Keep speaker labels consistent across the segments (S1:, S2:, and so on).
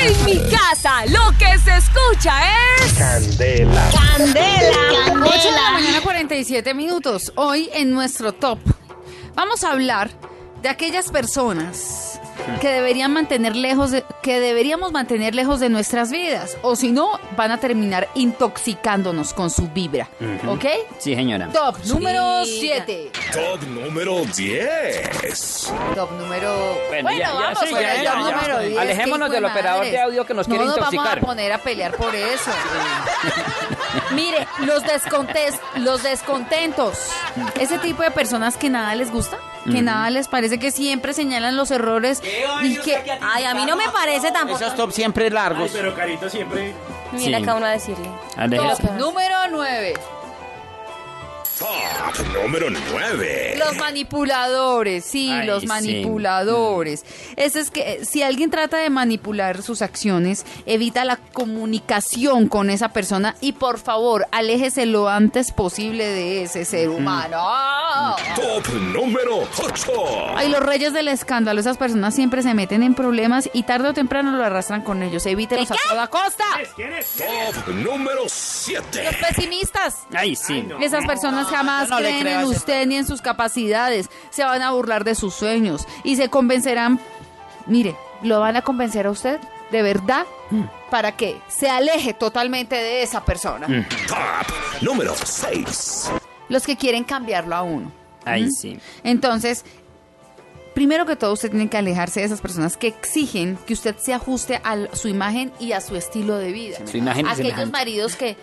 S1: En mi casa, lo que se escucha es.
S2: Candela.
S1: ¡Candela!
S3: 8 de la mañana, 47 minutos. Hoy en nuestro top vamos a hablar de aquellas personas que deberían mantener lejos de- que deberíamos mantener lejos de nuestras vidas o si no van a terminar intoxicándonos con su vibra, ¿ok?
S4: Sí, señora.
S3: Top número
S1: Sí.
S3: 7.
S2: Top número 10.
S3: Top número
S4: Bueno,
S3: Bueno,
S4: ya, ya,
S3: vamos
S4: sí,
S3: con
S4: ya,
S3: el
S4: ya,
S3: top
S4: ya.
S3: número 10.
S4: Alejémonos
S3: que hijo
S4: del operador
S3: madres.
S4: de audio que nos quiere
S3: No nos vamos
S4: intoxicar.
S3: a poner a pelear por eso. Mire, los, descontes- los descontentos. Ese tipo de personas que nada les gusta, que nada les parece, que siempre señalan los errores. Y que,
S1: Ay, a mí no me parece tampoco.
S4: Esos top siempre largos.
S2: Pero Carito siempre.
S1: Viene
S4: Sí. Ah,
S1: acá uno a decirle.
S4: Aléjese.
S3: top número 9.
S2: Top número 9.
S3: Los manipuladores, sí,
S4: Ay,
S3: los
S4: sí.
S3: manipuladores. Ese es que eh, si alguien trata de manipular sus acciones, evita la comunicación con esa persona y por favor, aléjese lo antes posible de ese ser humano.
S2: Top número 8.
S3: Ay, los reyes del escándalo, esas personas siempre se meten en problemas y tarde o temprano lo arrastran con ellos. Evítelos a toda costa.
S2: Top número
S3: Los
S2: 7.
S3: pesimistas.
S4: Ay, sí.
S3: Esas personas jamás
S4: no le
S3: creen
S4: creo a
S3: en
S4: ese
S3: usted ni en sus capacidades. Se van a burlar de sus sueños y se convencerán. Mire, lo van a convencer a usted de verdad para que se aleje totalmente de esa persona.
S2: Mm. Top número 6.
S3: Los que quieren cambiarlo a uno.
S4: Ay, sí.
S3: Entonces, primero que todo, usted tiene que alejarse de esas personas que exigen que usted se ajuste a l- su imagen y a su estilo de vida.
S4: Su imagen y
S3: Aquellos
S4: semejanza.
S3: maridos que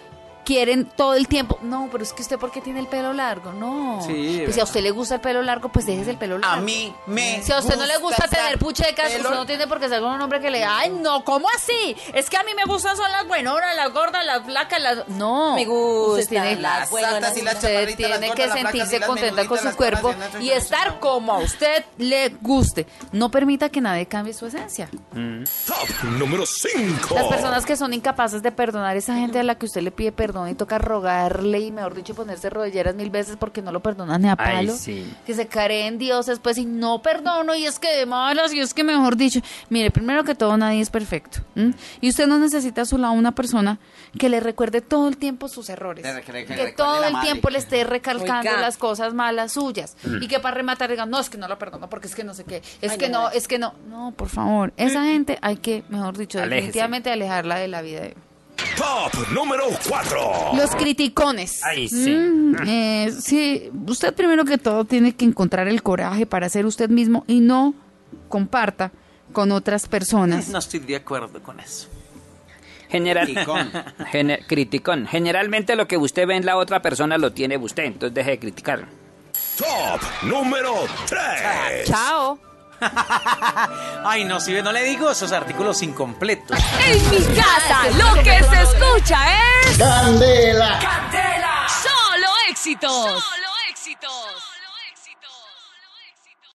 S3: quieren todo el tiempo. No, pero es que usted, ¿por qué tiene el pelo largo? No.
S5: Sí,
S3: pues si a usted le gusta el pelo largo, pues déjese el pelo largo.
S5: A mí me
S3: Si a usted no le gusta
S5: estar
S3: tener puchecas,
S5: pelo-
S3: usted no tiene por qué ser un hombre que le. Ay, no, ¿cómo así? Es que a mí me gustan son las buenoras, las gordas, las flacas, las. No.
S1: Me gustan
S3: Usted tiene-
S1: las
S5: Las buenonas y las
S3: Usted
S5: chaparritas, las
S3: tiene
S5: gordas,
S3: que
S5: las flacas y
S3: sentirse
S5: las
S3: contenta con
S5: menuditas,
S3: su
S5: las
S3: cuerpo
S5: canas, las
S3: y
S5: chachas,
S3: estar
S5: no.
S3: como a usted le guste. No permita que nadie cambie su esencia.
S2: Top número 5.
S3: Las personas que son incapaces de perdonar, esa gente a la que usted le pide perdón y toca rogarle y, mejor dicho, ponerse rodilleras mil veces porque no lo perdonan ni a
S4: Ay,
S3: palo.
S4: sí.
S3: Que se creen dioses, pues, y no perdono, y es que de malas, y es que mejor dicho. Mire, primero que todo, nadie es perfecto. ¿m? Y usted no necesita a su lado una persona que le recuerde todo el tiempo sus errores.
S5: Le recuerde-
S3: que
S5: que recuerde
S3: todo
S5: la
S3: el
S5: madre.
S3: tiempo le esté recalcando
S1: Oiga.
S3: las cosas malas suyas.
S4: Mm.
S3: Y que para rematar digan, no, es que no lo perdono porque es que no sé qué, es que no, es que no. No, por favor, esa gente hay que, mejor dicho,
S4: Aléjese.
S3: definitivamente alejarla de la vida de
S2: Top número 4.
S3: los criticones.
S4: Oh. Ay, sí.
S3: Mm, eh, sí, usted primero que todo tiene que encontrar el coraje para ser usted mismo y no comparta con otras personas.
S5: No estoy de acuerdo con eso.
S4: General,
S5: Criticón.
S4: Gener- criticón. Generalmente lo que usted ve en la otra persona lo tiene usted, entonces deje de criticar.
S2: Top número 3.
S3: Chao.
S5: Ay, no, si ve, no le digo esos artículos incompletos.
S1: En mi casa, lo que se escucha es.
S6: Candela.
S1: ¡Solo éxitos! ¡Solo